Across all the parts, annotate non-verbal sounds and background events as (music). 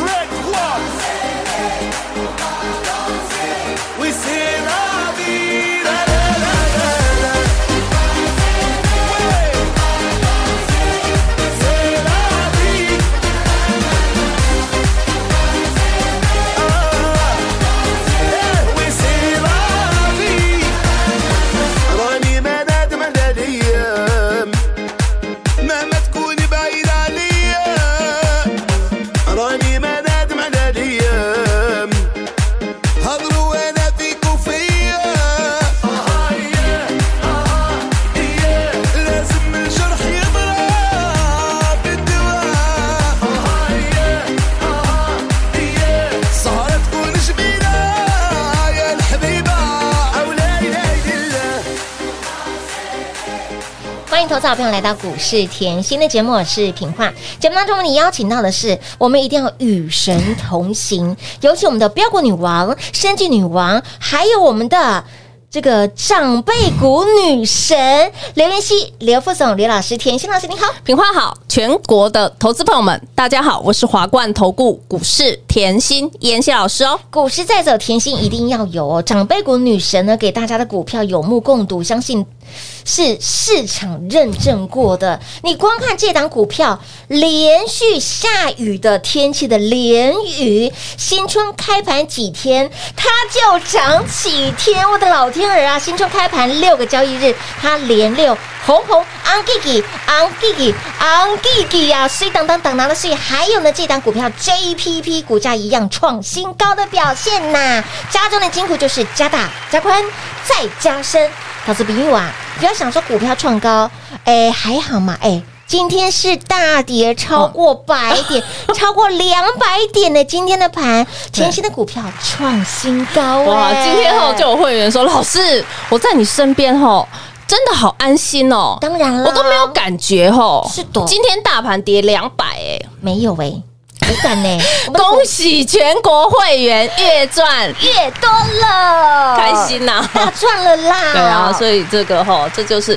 Red One. We say la vida, la la la la. Hey. Say la vida. Ah. Hey, we say la vida. راني ما نادم على الايام مهما تكوني بعيد عليا راني ما نادم على الايام هضروا انا فيك وفيا لازم الجرح يضرب بالدواء سهرة تكون جميلة يا الحبيبة او لا اله الا الله 欢迎投资好朋友来到股市甜心的节目，我是品化。节目当中，你邀请到的是我们一定要与神同行，有请我们的标股女王、生计女王，还有我们的。这个长辈股女神刘妍希、刘副总、刘老师、甜心老师，你好！品花好，全国的投资朋友们，大家好，我是华冠投顾股市甜心妍希老师哦。股市再走，甜心一定要有哦。长辈股女神呢，给大家的股票有目共睹，相信是市场认证过的。你光看这档股票，连续下雨的天气的连雨，新春开盘几天它就涨几天，我的老天儿啊！新春开盘六个交易日，它连六红红昂弟弟昂弟弟昂弟弟呀，所以当当当当的，所以还有呢，这档股票 JPP 股价一样创新高的表现呐、家中的金库就是加大、加宽再加深。老子比喻啊，不要想说股票创高，哎，还好嘛，哎。今天是大跌，超过百 (laughs) 点，哦超过两百点的今天的盘，甜心的股票创新高、哎哇，今天后就有会员说，老师，我在你身边吼，真的好安心哦。当然了，我都没有感觉吼。是的今天大盘跌两百哎，没有哎、无感 (laughs) 呢、我们恭喜全国会员月赚，越多了，开心呐、大赚了啦！啊 (laughs) 对啊，所以。以这个吼，这就是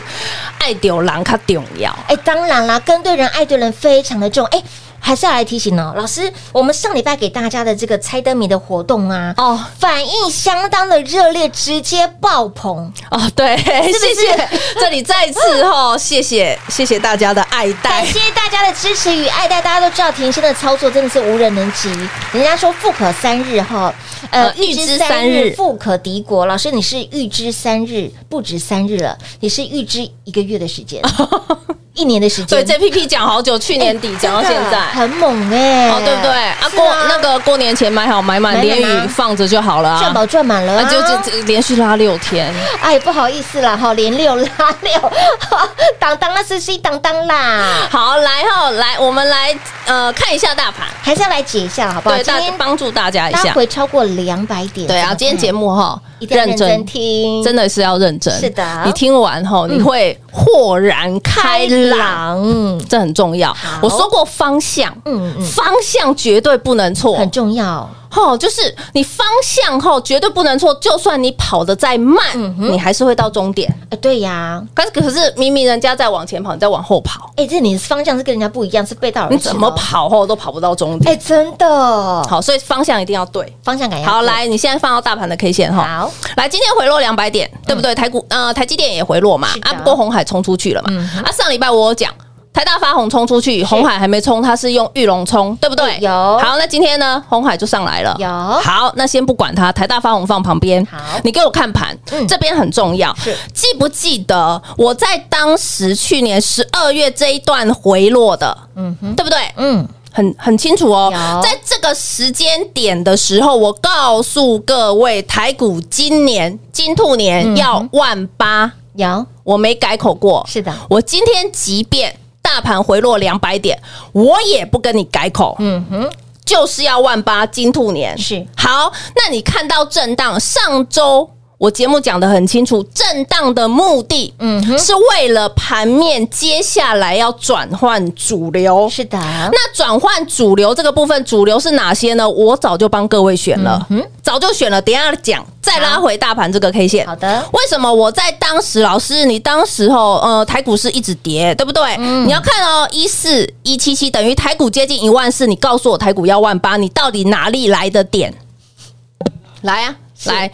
爱丢狼卡重要。哎，当然啦，跟对人爱对人非常的重要。哎，还是要来提醒哦，老师，我们上礼拜给大家的这个猜灯谜的活动啊，哦反应相当的热烈，直接爆棚。哦，对，不是谢谢，这里再次吼，谢谢谢谢大家的爱戴感。谢大家的支持与爱戴，大家都知道甜心的操作真的是无人能及。人家说富可三日哈，呃呃，预知三日富可敌国。老师，你是预知三日，不止三日了，你是预知一个月的时 (laughs) 间，一年的时间。对，JPP 讲好久，去年底讲到现真的在，很猛哎、哦，对不对？啊，是过那个过年前买好买满，买满连啊雨放着就好了赚啊。宝赚满了、啊啊，就就就连续拉六天，哎，不好意思啦，哈，连六拉六， (laughs) 当当啦，是是当当啦，好，来哈，来，我们来呃看一下大盘，还是要来解一下好不好？对，大帮助大家一拉下。回超过两百点，对啊，今天节目目哈，嗯一定要认真听，真的是要认真。是的嗯你听完后你会豁然开开朗，朗，这很重要好。我说过方向，嗯嗯方向绝对不能错，很重要，吼、就是你方向吼、绝对不能错，就算你跑得再慢，你还是会到终点。哎，对呀，嗯可是可是明明人家在往前跑，你在往后跑，哎，这你的方向是跟人家不一样，是背道而驰，你怎么？跑吼、都跑不到终哦点。哎，真的，好，所以方向一定要哦哎对。方向感要好，对，来，你现在放到大盘的 K 线哈。好，来，今天回落两百点，对不对？台股呃，台积电也回落嗯嘛是，的嗯啊，不过红海冲出去了嘛。啊，上礼拜我有讲。台大发红冲出去，红海还没冲，它是用玉龙冲，对不对嗯？有好，那今天呢，红海就上来了。有好，那先不管它，台大发红放旁边。好你给我看盘，嗯这边很重要。是记不记得我在当时去年十二月这一段回落的，嗯哼，对不对？嗯，很很清楚哦有，在这个时间点的时候，我告诉各位，台股今年金兔年嗯要万八、有，我没改口过。是的我今天即便大盘回落两百点，我也不跟你改口。嗯哼，就是要万八金兔年。是好，那你看到震荡，上周我节目讲的很清楚，震荡的目的，嗯哼是为了盘面接下来要转换主流。是的，那转换主流这个部分，主流是哪些呢？我早就帮各位选了，嗯早就选了，等一下讲，再拉回大盘这个 K 线。好的为什么我在当时，老师你当时候，呃，台股是一直跌，对不对？嗯你要看哦，一四一七七等于台股接近一万四，你告诉我台股要万八，你到底哪里来的点？来啊！来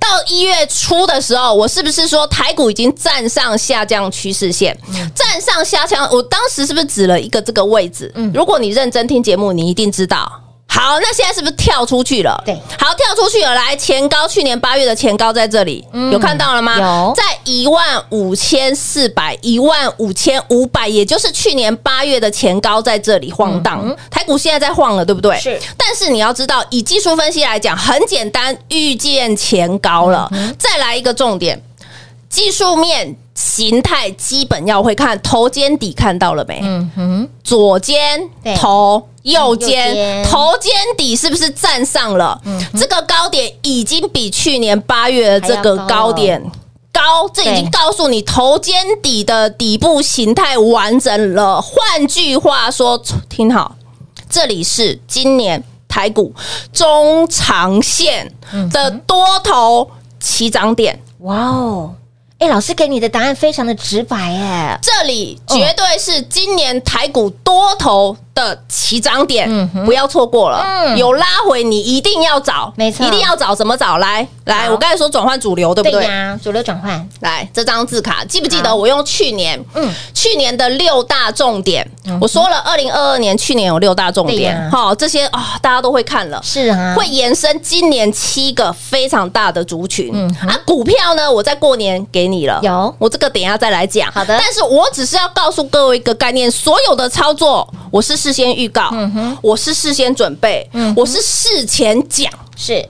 到一月初的时候，我是不是说台股已经站上下降趋势线？嗯站上下降，我当时是不是指了一个这个位置？嗯如果你认真听节目，你一定知道。好，那现在是不是跳出去了？对好，跳出去了。来，前高，去年八月的前高在这里，嗯有看到了吗？有在一万五千四百、一万五千五百，也就是去年八月的前高在这里晃荡。台股现在在晃了，对不对？嗯是但是你要知道，以技术分析来讲，很简单，预见前高了。嗯再来一个重点，技术面。形态基本要会看，头肩底看到了没？嗯哼，左肩对头，右肩右肩嗯头肩底是不是站上了？这个高点已经比去年八月的这个高点高，这已经对告诉你头肩底的底部形态完整了。换句话说，听好，这里是今年台股中长线的多头起涨点。哇哦，哎，老师给你的答案非常的直白耶，这里绝对是今年台股多头的起涨点，嗯哼不要错过了。嗯有拉回，你一定要找，没错一定要找，怎么找？来来，好我刚才说转换主流，对不对？呀，主流转换，来，这张字卡记不记得好我用去年，嗯去年的六大重点，我说了，二零二二年去年有六大重对点呀，好、这些啊、大家都会看了。是啊，会延伸今年七个非常大的族群。嗯哼啊，股票呢，我在过年给你了，有我这个等一下再来讲。好的但是我只是要告诉各位一个概念，所有的操作我是事先预告，嗯哼我是事先准备，嗯哼我是事前讲。是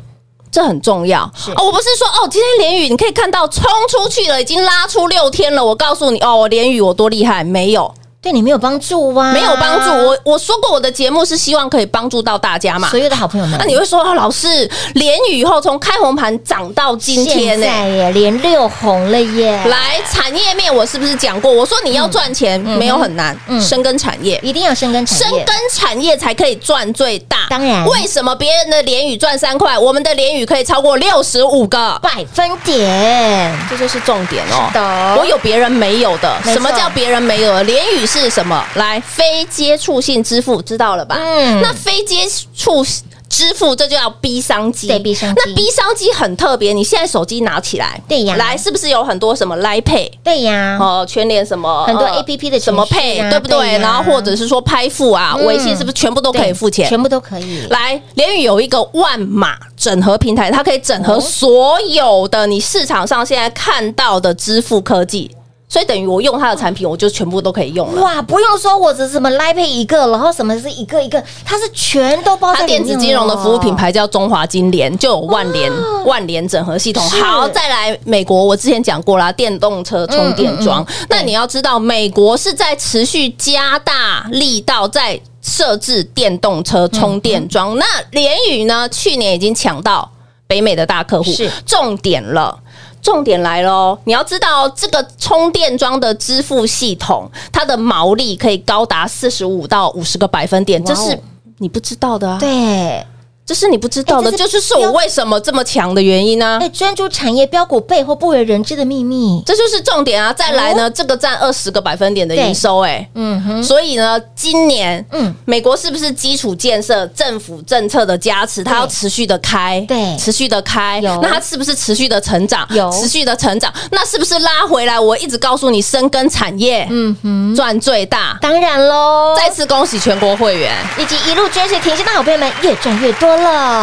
这很重要是哦，我不是说哦，今天连雨你可以看到冲出去了，已经拉出六天了。我告诉你哦，我连雨我多厉害，没有，对你没有帮助啊，没有帮助。我我说过我的节目是希望可以帮助到大家嘛，所有的好朋友们，那你会说，啊老师，连雨后从开红盘涨到今天现呢、在耶连六红了耶，来产业面，我是不是讲过？我说你要赚钱、没有很难，嗯深耕产业。一定要深耕深产业，耕产业才可以赚最大，当然为什么别人的连雨赚三块，我们的连雨可以超过六十五个？百分点，这就是重点哦。的我有别人没有的。没错什么叫别人没有的？联宇是什么？来，非接触性支付，知道了吧？嗯那非接触。支付这就叫逼商机，对逼商机那逼商机很特别，你现在手机拿起来，对呀来是不是有很多什么 Line Pay 对呀，哦，全联什么很多呃 APP 的什么程序 Pay 啊对不对对？呀然后或者是说拍付啊，嗯微信是不是全部都可以对付钱？全部都可以，来，联宇有一个万码整合平台，它可以整合所有的你市场上现在看到的支付科技，所以等于我用它的产品，我就全部都可以用了。哇，不用说，我只什么 Line Pay 一个，然后什么是一个一个，它是全都包在它里面电子金融的服务品牌叫中华金联，就有万联万联整合系统。哦是好，再来美国，我之前讲过啦，电动车充电嗯桩。那你要知道，美国是在持续加大力道在设置电动车充电桩。嗯那联宇呢，去年已经抢到北美的大客户，是重点了。重点来喽！你要知道，这个充电桩的支付系统，它的毛利可以高达四十五到五十个百分点，哇这哦是你不知道的啊！对，这是你不知道的，哎这这是就是我为什么这么强的原因呢、哎，专注产业标股背后不为人知的秘密。这就是重点啊！再来呢，这个占二十个百分点的营收、哎，哦嗯哼，所以呢，今年嗯嗯，美国是不是基础建设、政府政策的加持，它要持续的开，对持续的开，有那它是不是持续的成长？有持续的成长，那是不是拉回来？我一直告诉你，深耕产业，嗯哦哼，赚最大。当然喽，再次恭喜全国会员。以及一路追随甜心的好朋友们，越赚越多了。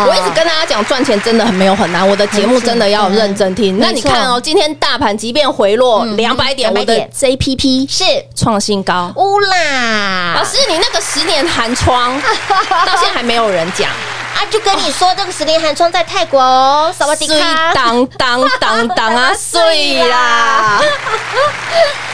我一直跟大家讲，赚钱真的很没有很难。我的节目真的要认真听。很简那单你看哦，今天大盘即便回落嗯两百点， 200我的点 JPP 是创新高。乌啊啦，老师，你那个十年寒 (laughs) 窗到现在还没有人讲，啊，就跟你说，这个十年寒窗在泰国哦，萨瓦迪碎卡，啊 (laughs) 当当当当啊，碎啦！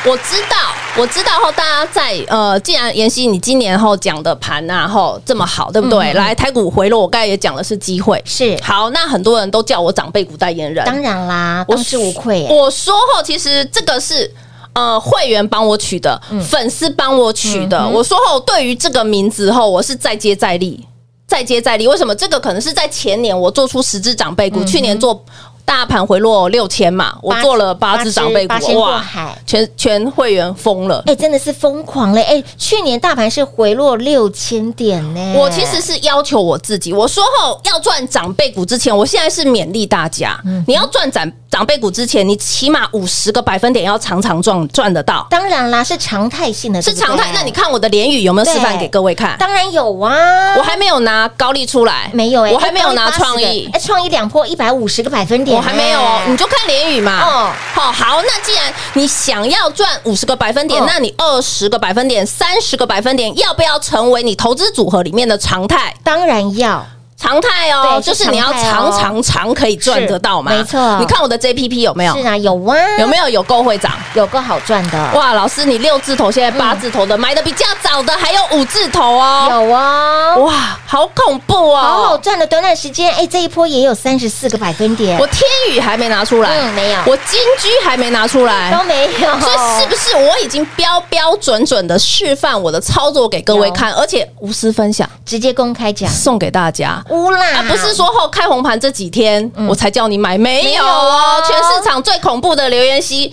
我知道，我知道后，大家在呃，既然妍希你今年后讲的盘啊，后这么好，对不对？来台股回落，我刚才也讲嗯的是机会，是好。那很多人都叫我长辈股代言人，当然啦，我当之无愧啊耶。我说后，其实这个是。呃，会员帮我取的，嗯粉丝帮我取的。我说后，对于这个名字后，我是再接再厉，再接再厉。为什么？这个可能是在前年我做出十只长辈股，去年做大盘回落六千嘛，我嗯八做了八只长辈八千股，过海全全会员疯了。哎、真的是疯狂嘞！哎、去年大盘是回落六千点呢。我其实是要求我自己，我说后要赚长辈股之前，我现在是勉励大家，嗯你要赚长长辈股之前，你起码五十个百分点要常常赚赚得到。当然啦，是常态性的，是对不常对啊态。那你，看我的连语有没有示范对给各位看？当然有啊。我还没有拿高利出来，没有哎、我还没有拿80创意哎、，创意两破一百五十个百分点、哎我还没有哦，你就看连语嘛。哦哦，好，好，那既然你想要赚五十个百分点嗯，那你二十个百分点、三十个百分点，要不要成为你投资组合里面的常态？当然要常态哦，对就是是你要常态哦常常常可以赚得到嘛。是没错你看我的 JPP 有没有是？啊，有啊，有没有有够会涨？有个好赚的？哇，老师，你六字头现在八字头的买的比较早的，还有五字头哦。有啊，哇，好恐怖哦！好好赚的，短短时间，哎、这一波也有三十四个百分点，我天宇还没拿出来，嗯没有哦我金居还没拿出来，都没有，所以是不是我已经标标准准的示范我的操作给各位看，而且无私分享直接公开讲？送给大家？乌啦、啊，不 (laughs) 是说后开红盘这几天、嗯我才叫你买，没有哦，全市场最恐怖的留言息，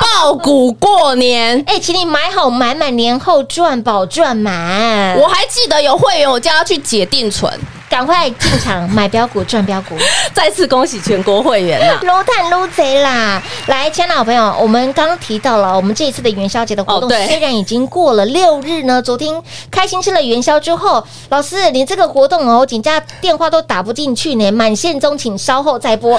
爆股过年。哎、请你买好买满，年后赚饱赚满，我还记得有会员，我叫他去解定存。赶快进场买标股赚标 (laughs) 股，再次恭喜全国会员啊呐、撸碳撸贼啦！来，亲爱的好朋友，我们刚刚提到了，我们这一次的元宵节的活动、哦对虽然已经过了六日呢，昨天开心吃了元宵之后，老师你这个活动哦，人家电话都打不进去呢，满线中请稍后再 (gasps) 拨。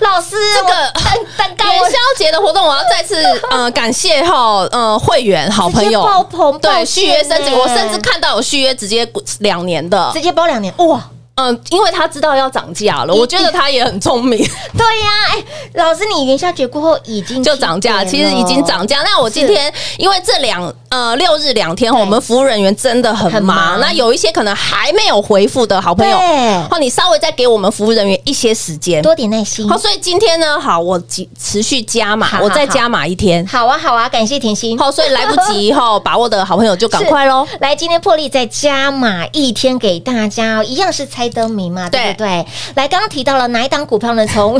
老师，这个我蛋蛋糕元我宵节的活动，我要再次哦呃感谢哈呃会员好朋直友接爆棚爆线对续约申请，耶我甚至看到有续约直接两年的，直接包两年，哇！嗯、因为他知道要涨价了，我觉得他也很聪明，对呀、哎、老师，你元宵节过后已经 (laughs) 就涨价，去其点实了已经涨价。那我今天因为这两呃六日两天，我们服务人员真的很很忙忙，那有一些可能还没有回复的好朋友对，哦，你稍微再给我们服务人员一些时间。多点耐心。好，所以今天呢，好，我继持续加好码，好我再加码一天。好啊，好啊，感谢甜心。好，所以来不及 (laughs) 哈，把握的好朋友就赶快喽。是！来，今天破例再加码一天给大家哦，一样是猜灯谜嘛，对对不对？来，刚刚提到了哪一档股票呢？从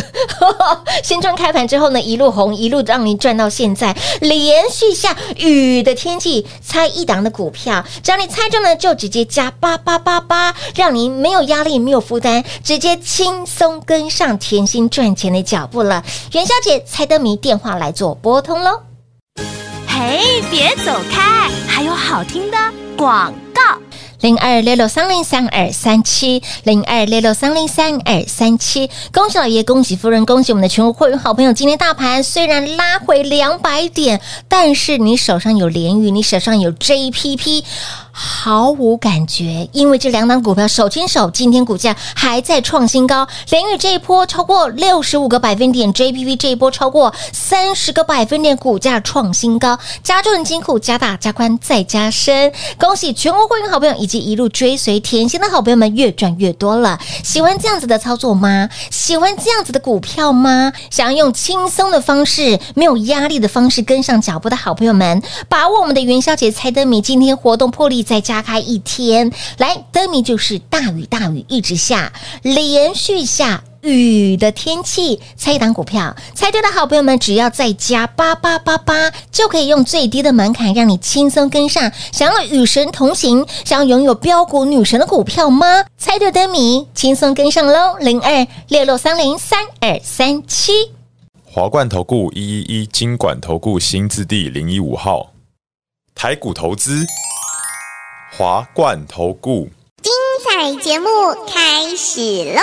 (laughs) 新春开盘之后呢，一路红，一路让您赚到现在，连续下雨的天气，猜一档的股票，只要你猜中呢，就直接加八八八八，让您没有压力，没有负担，直接轻松跟上甜心赚钱的脚步了。元宵节猜灯谜电话来做拨通喽。嘿，别走开，还有好听的广告。零二六六三零三二三七，零二六六三零三二三七。恭喜老爷，恭喜夫人，恭喜我们的全国会员好朋友！今天大盘虽然拉回两百点，但是你手上有联宇，你手上有 JPP，毫无感觉，因为这两档股票手牵手，今天股价还在创新高。联宇这一波超过六十五个百分点，JPP 这一波超过三十个百分点，股价创新高。加重很辛苦，加大、加宽、再加深。恭喜全国会员好朋友以及一路追随甜心的好朋友们越赚越多了。喜欢这样子的操作吗？喜欢这样子的股票吗？想要用轻松的方式、没有压力的方式跟上脚步的好朋友们，把握我们的元宵节猜灯谜，今天活动破例再加开一天。来，灯谜就是大雨大雨一直下，连续下。雨的天气，猜一档股票，猜对的好朋友们，只要再加八八八八，就可以用最低的门槛让你轻松跟上。想要与神同行，想要拥有标股女神的股票吗？猜对灯谜，轻松跟上喽！零二六六三零三二三七。华冠投顾一一一金管投顾新字第零一五号，台股投资，华冠投顾。彩节目开始喽！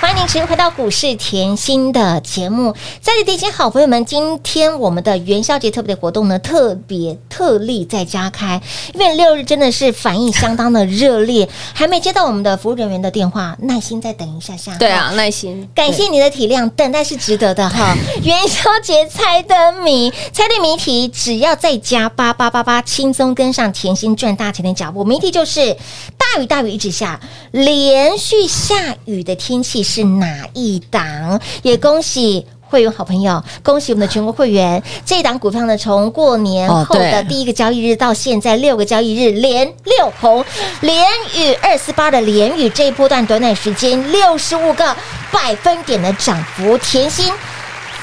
欢迎您持续回到股市甜心的节目。在这提醒好朋友们，今天我们的元宵节特别的活动呢，特别特例在家开，因为六日真的是反应相当的热烈。还没接到我们的服务人员的电话，耐心再等一下下。对啊，耐心，感谢你的体谅，等待是值得的哈。 (laughs) 元宵节猜灯谜，猜对谜题，只要再加八八八八，轻松跟上甜心赚大钱的脚步。谜题就是大雨大雨一直下，连续下雨的天气是哪一档？也恭喜。会员好朋友，恭喜我们的全国会员！这档股票呢，从过年哦后的对第一个交易日到现在六个交易日连六红，连雨二四八的连雨这一波段短短时间六十五个百分点的涨幅，甜心。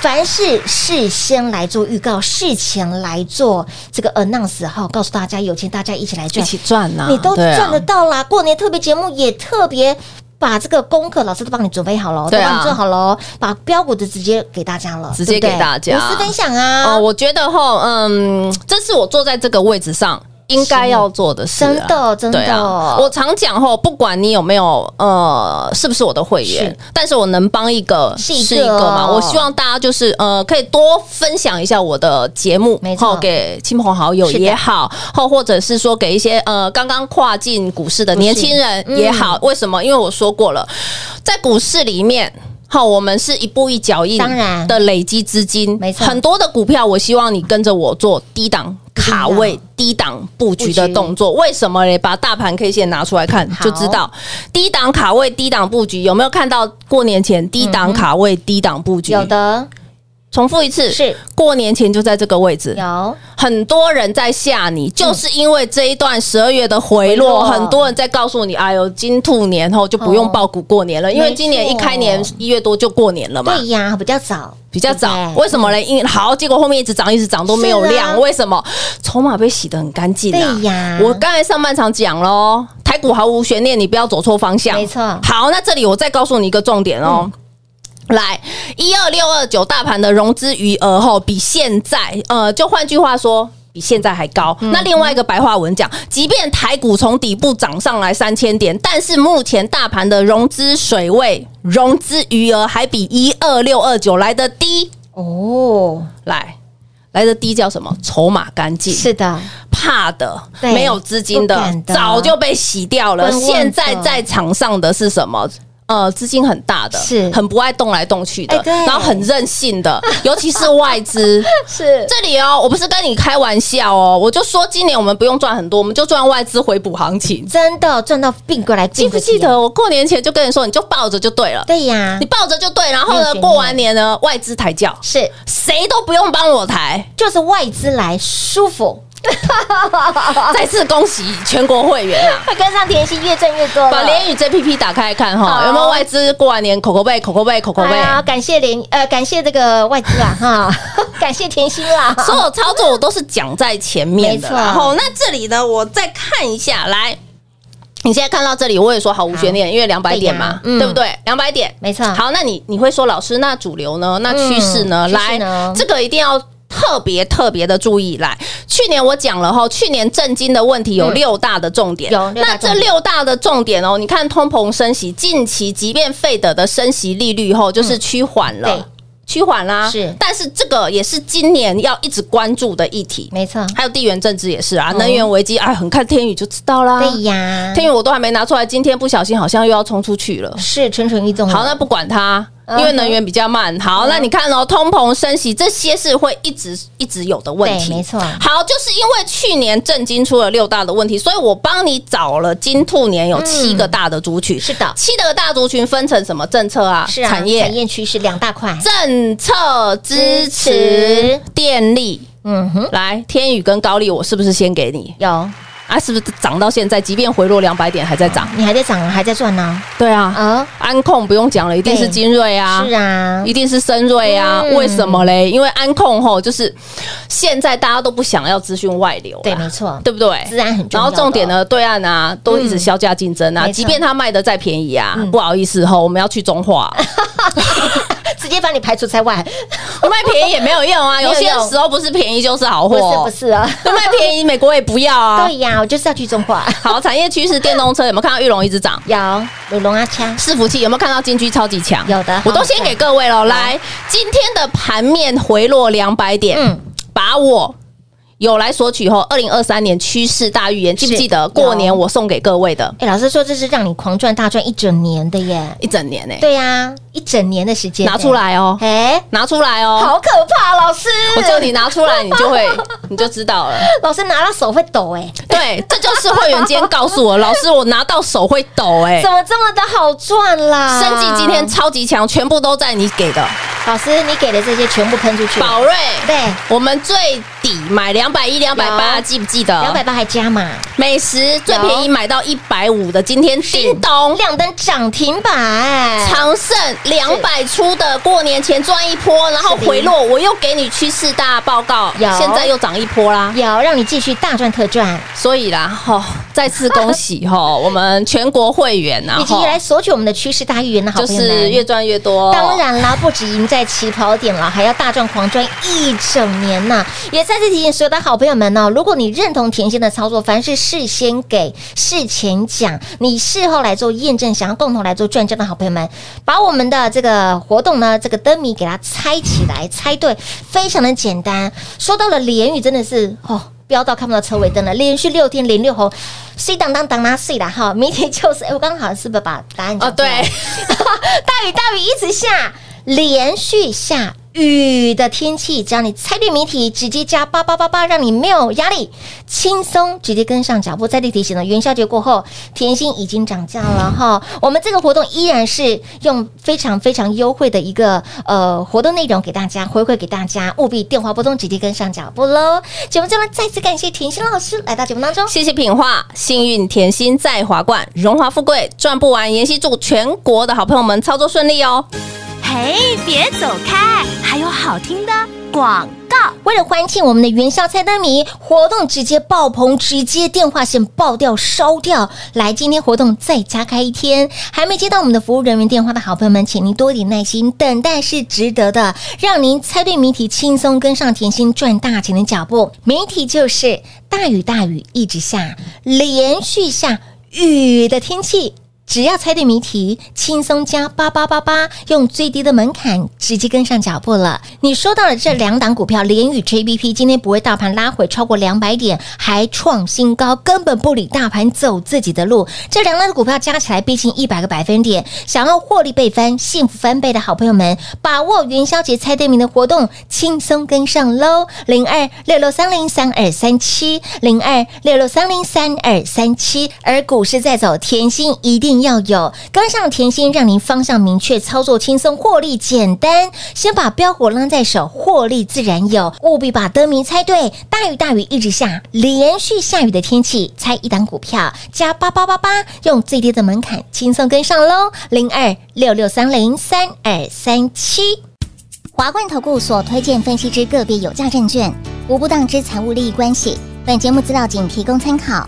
凡事事先来做预告，事前来做这个 announce 哈，告诉大家有钱大家一起来一赚，起赚呐，你都对啊赚得到啦。过年特别节目也特别把这个功课，老师都帮你准备好了，都对啊帮你做好了，把标股的直接给大家了，直对接不对给大家无私分享啊。哦，我觉得哈，嗯，这是我坐在这个位置上应该要做的事啊、真的真的对啊我常讲吼，不管你有没有呃，是不是我的会员是，但是我能帮一个是一个嘛，我希望大家就是呃，可以多分享一下我的节目，没错吼给亲朋好友是的也好，或或者是说给一些呃刚刚跨进股市的年轻人嗯也好，为什么？因为我说过了，在股市里面。好，我们是一步一脚印，当然的累积资金，没错很多的股票，我希望你跟着我做低档卡位、低档布局的动作。为什么嘞？把大盘 K 线拿出来看好就知道，低档卡位、低档布局有没有看到？过年前低档卡位、低档布局有，的重复一次，是过年前就在这个位置。有，很多人在吓你，就是因为这一段十二月的回落，回落很多人在告诉你，哎呦，金兔年后就不用报股过年了，因为今年一开年没错一月多就过年了嘛。哦对呀，比较早，比较早对，不对为什么嘞？因为好，结果后面一直涨，一直涨都没有是量，啊为什么？筹码被洗得很干净啊！对呀我刚才上半场讲喽，台股毫无悬念，你不要走错方向，没错嗯好，那这里我再告诉你一个重点哦。来，一二六二九大盘的融资余额后，比现在，呃，就换句话说，比现在还高。嗯那另外一个白话文讲，即便台股从底部涨上来三千点，但是目前大盘的融资水位、融资余额还比一二六二九来的低。哦，来，来的低叫什么？筹码干净。是的，怕的，对没有资金不的敢，的早就被洗掉了。观望的现在在场上的是什么？呃，资金很大的，是很不爱动来动去的哎，对然后很任性 (laughs) 的，尤其是外资。是这里哦，我不是跟你开玩笑哦，我就说今年我们不用赚很多，我们就赚外资回补行情。真的赚到并过来，记并过不去记得我过年前就跟你说，你就抱着就对了，对呀你，抱着就对。然后没有呢，悬念过完年呢，外资抬轿，是谁都不用帮我抬。就是外资来舒服， (laughs) 再次恭喜全国会员 (laughs) 啊！快跟上甜心，越赚越多把了。联宇 JPP 打开来看好哈，有没有外资过完年口口贝口口贝口口哎贝？呀感谢连呃，感谢这个外 (laughs) 资啊哈， (laughs) 感谢甜心啦， (laughs) 所有操作我都是讲在前面的啦。没错然后那这里呢，我再看一下来。你现在看到这里，我也说毫无悬念，因为两百点嘛，对呀嗯对不对？两百点，没错好，那你你会说，老师，那主流呢？那嗯趋势呢？趋势来呢，这个一定要特别特别的注意。来，去年我讲了哈，去年震惊的问题有嗯六大的重点，有六大那重点这六大的重点哦，你看通膨升息，近期即便费德的升息利率后就是趋缓对了。趋缓啦，是但是这个也是今年要一直关注的议题，没错，还有地缘政治也是啊，嗯能源危机，哎，很看天宇就知道啦。对呀，天宇我都还没拿出来，今天不小心好像又要冲出去了。是蠢蠢欲动了。好，那不管它，嗯因为能源比较慢。好，嗯那你看哦，通膨升息这些是会一直一直有的问题，对没错好，就是因为去年震惊出了六大的问题，所以我帮你找了金兔年有七个大的族群，嗯是的七个大族群分成什么政策啊？是啊，产业产。业趋势两大块，政策支支持持电力，嗯哼，来天宇跟高丽，我是不是先给你有啊？是不是涨到现在，即便回落两百点还在涨？你还在涨，还在赚呢，对啊，啊，安控不用讲了，一定是精锐啊，是啊，一定是深瑞啊？嗯为什么嘞？因为安控吼，就是现在大家都不想要资讯外流啦，对，没错，对不对？治安很重然要后的重点呢，对岸啊都一直削价竞争啊，嗯没错嗯啊 (laughs) 即便它卖的再便宜啊，不好意思吼，我们要去中化，直接把你排除在外，卖便宜也没有用啊，没有有用些时候不是便宜就是好不是货不，是啊？ (laughs) 卖便宜美国也不要 (laughs) 啊。对呀，我就是要去中化。好，产业趋势，电动车有没有看到玉龙一直涨？有鲁龙阿枪，伺服器有没有看到金居超级强？有的我都先给各位了。来，今天的盘面回落两百点，嗯把我有来索取后，二零二三年趋势大预言，记不记得有过年我送给各位的哎，老师说这是让你狂赚大赚一整年的耶。一整年呢、欸对呀，一整年的时间拿出，来哦，哎，拿出来哦，好可怕，老师，我叫你拿出来，你就会你就知道了。老师拿到手会抖哎，对，这就是会员今天告诉我，老师我拿到手会抖哎、怎么这么的好赚啦？生计今天超级强，全部都在你给的老师你给的这些全部喷出去，宝瑞。对，我们最底买两百一、两百八，有记不记得？两百八还加码，美食最便宜买到一百五的，今天叮咚亮灯涨停板，长盛两百出的，过年前赚一波，然后回落，我又给你趋势大报告，有现在又涨一波啦。有让你继续大赚特赚，所以啦，吼，再次恭喜吼，我们全国会员 (laughs) 呐，以及吼来索取我们的趋势大预言的好就朋友是们。越赚越多。当，然啦，不止赢在起跑点了，还要大赚狂赚一整年呐、也再次提醒所有的好朋友们哦，如果你认同甜心的操作，凡是事先给、事前讲，你事后来做验证，想要共同来做转正的好朋友们，把我们的这个活动呢，这个灯谜给它猜起来，猜对，非常的简单。说到了连语，真的是哦。飙到看不到车尾灯了，连续六天连六红，碎当当当啦碎啦哈！明天就是，哎、我刚刚好像是不是把答案讲哦，出来对，大雨大雨一直下，连续下雨的天气，只要你猜对谜题，直接加八八八八，让你没有压力，轻松直接跟上脚步。再次提醒了，元宵节过后，甜心已经涨价了哈。我们这个活动依然是用非常非常优惠的一个呃活动内容给大家回馈给大家，务必电话拨通，直接跟上脚步喽。节目最后再次感谢甜心老师来到节目当中。谢谢品画，幸运甜心在华冠，荣华富贵赚不完。妍希祝全国的好朋友们操作顺利哦。嘿，别走开，还有好听的广告。为了欢庆我们的元宵猜灯谜活动，直接爆棚，直接电话线爆掉、烧掉。来，今天活动再加开一天，还没接到我们的服务人员电话的好朋友们，请您多一点耐心，等待是值得的，让您猜对谜题，轻松跟上甜心赚大钱的脚步。谜题就是大雨大雨一直下，连续下雨的天气。只要猜对谜题，轻松加八八八八，用最低的门槛直接跟上脚步了。你说到了这两档股票，联宇 JBP 今天不会大盘拉回超过两百点，还创新高，根本不理大盘，走自己的路。这两档的股票加起来逼近一百个百分点，想要获利倍翻、幸福翻倍的好朋友们，把握元宵节猜对名的活动，轻松跟上喽！零二六六三零三二三七，零二六六三零三二三七。而股市在走，甜心一定要有跟上甜心，让您方向明确，操作轻松，获利简单。先把标股拉在手，获利自然有。务必把灯谜猜对，大雨大雨一直下，连续下雨的天气，猜一档股票加八八八八，用最低的门槛轻松跟上喽！零二六六三零三二三七。华冠投顾所推荐分析之个别有价证券，无不当之财务利益关系。本节目资料仅提供参考，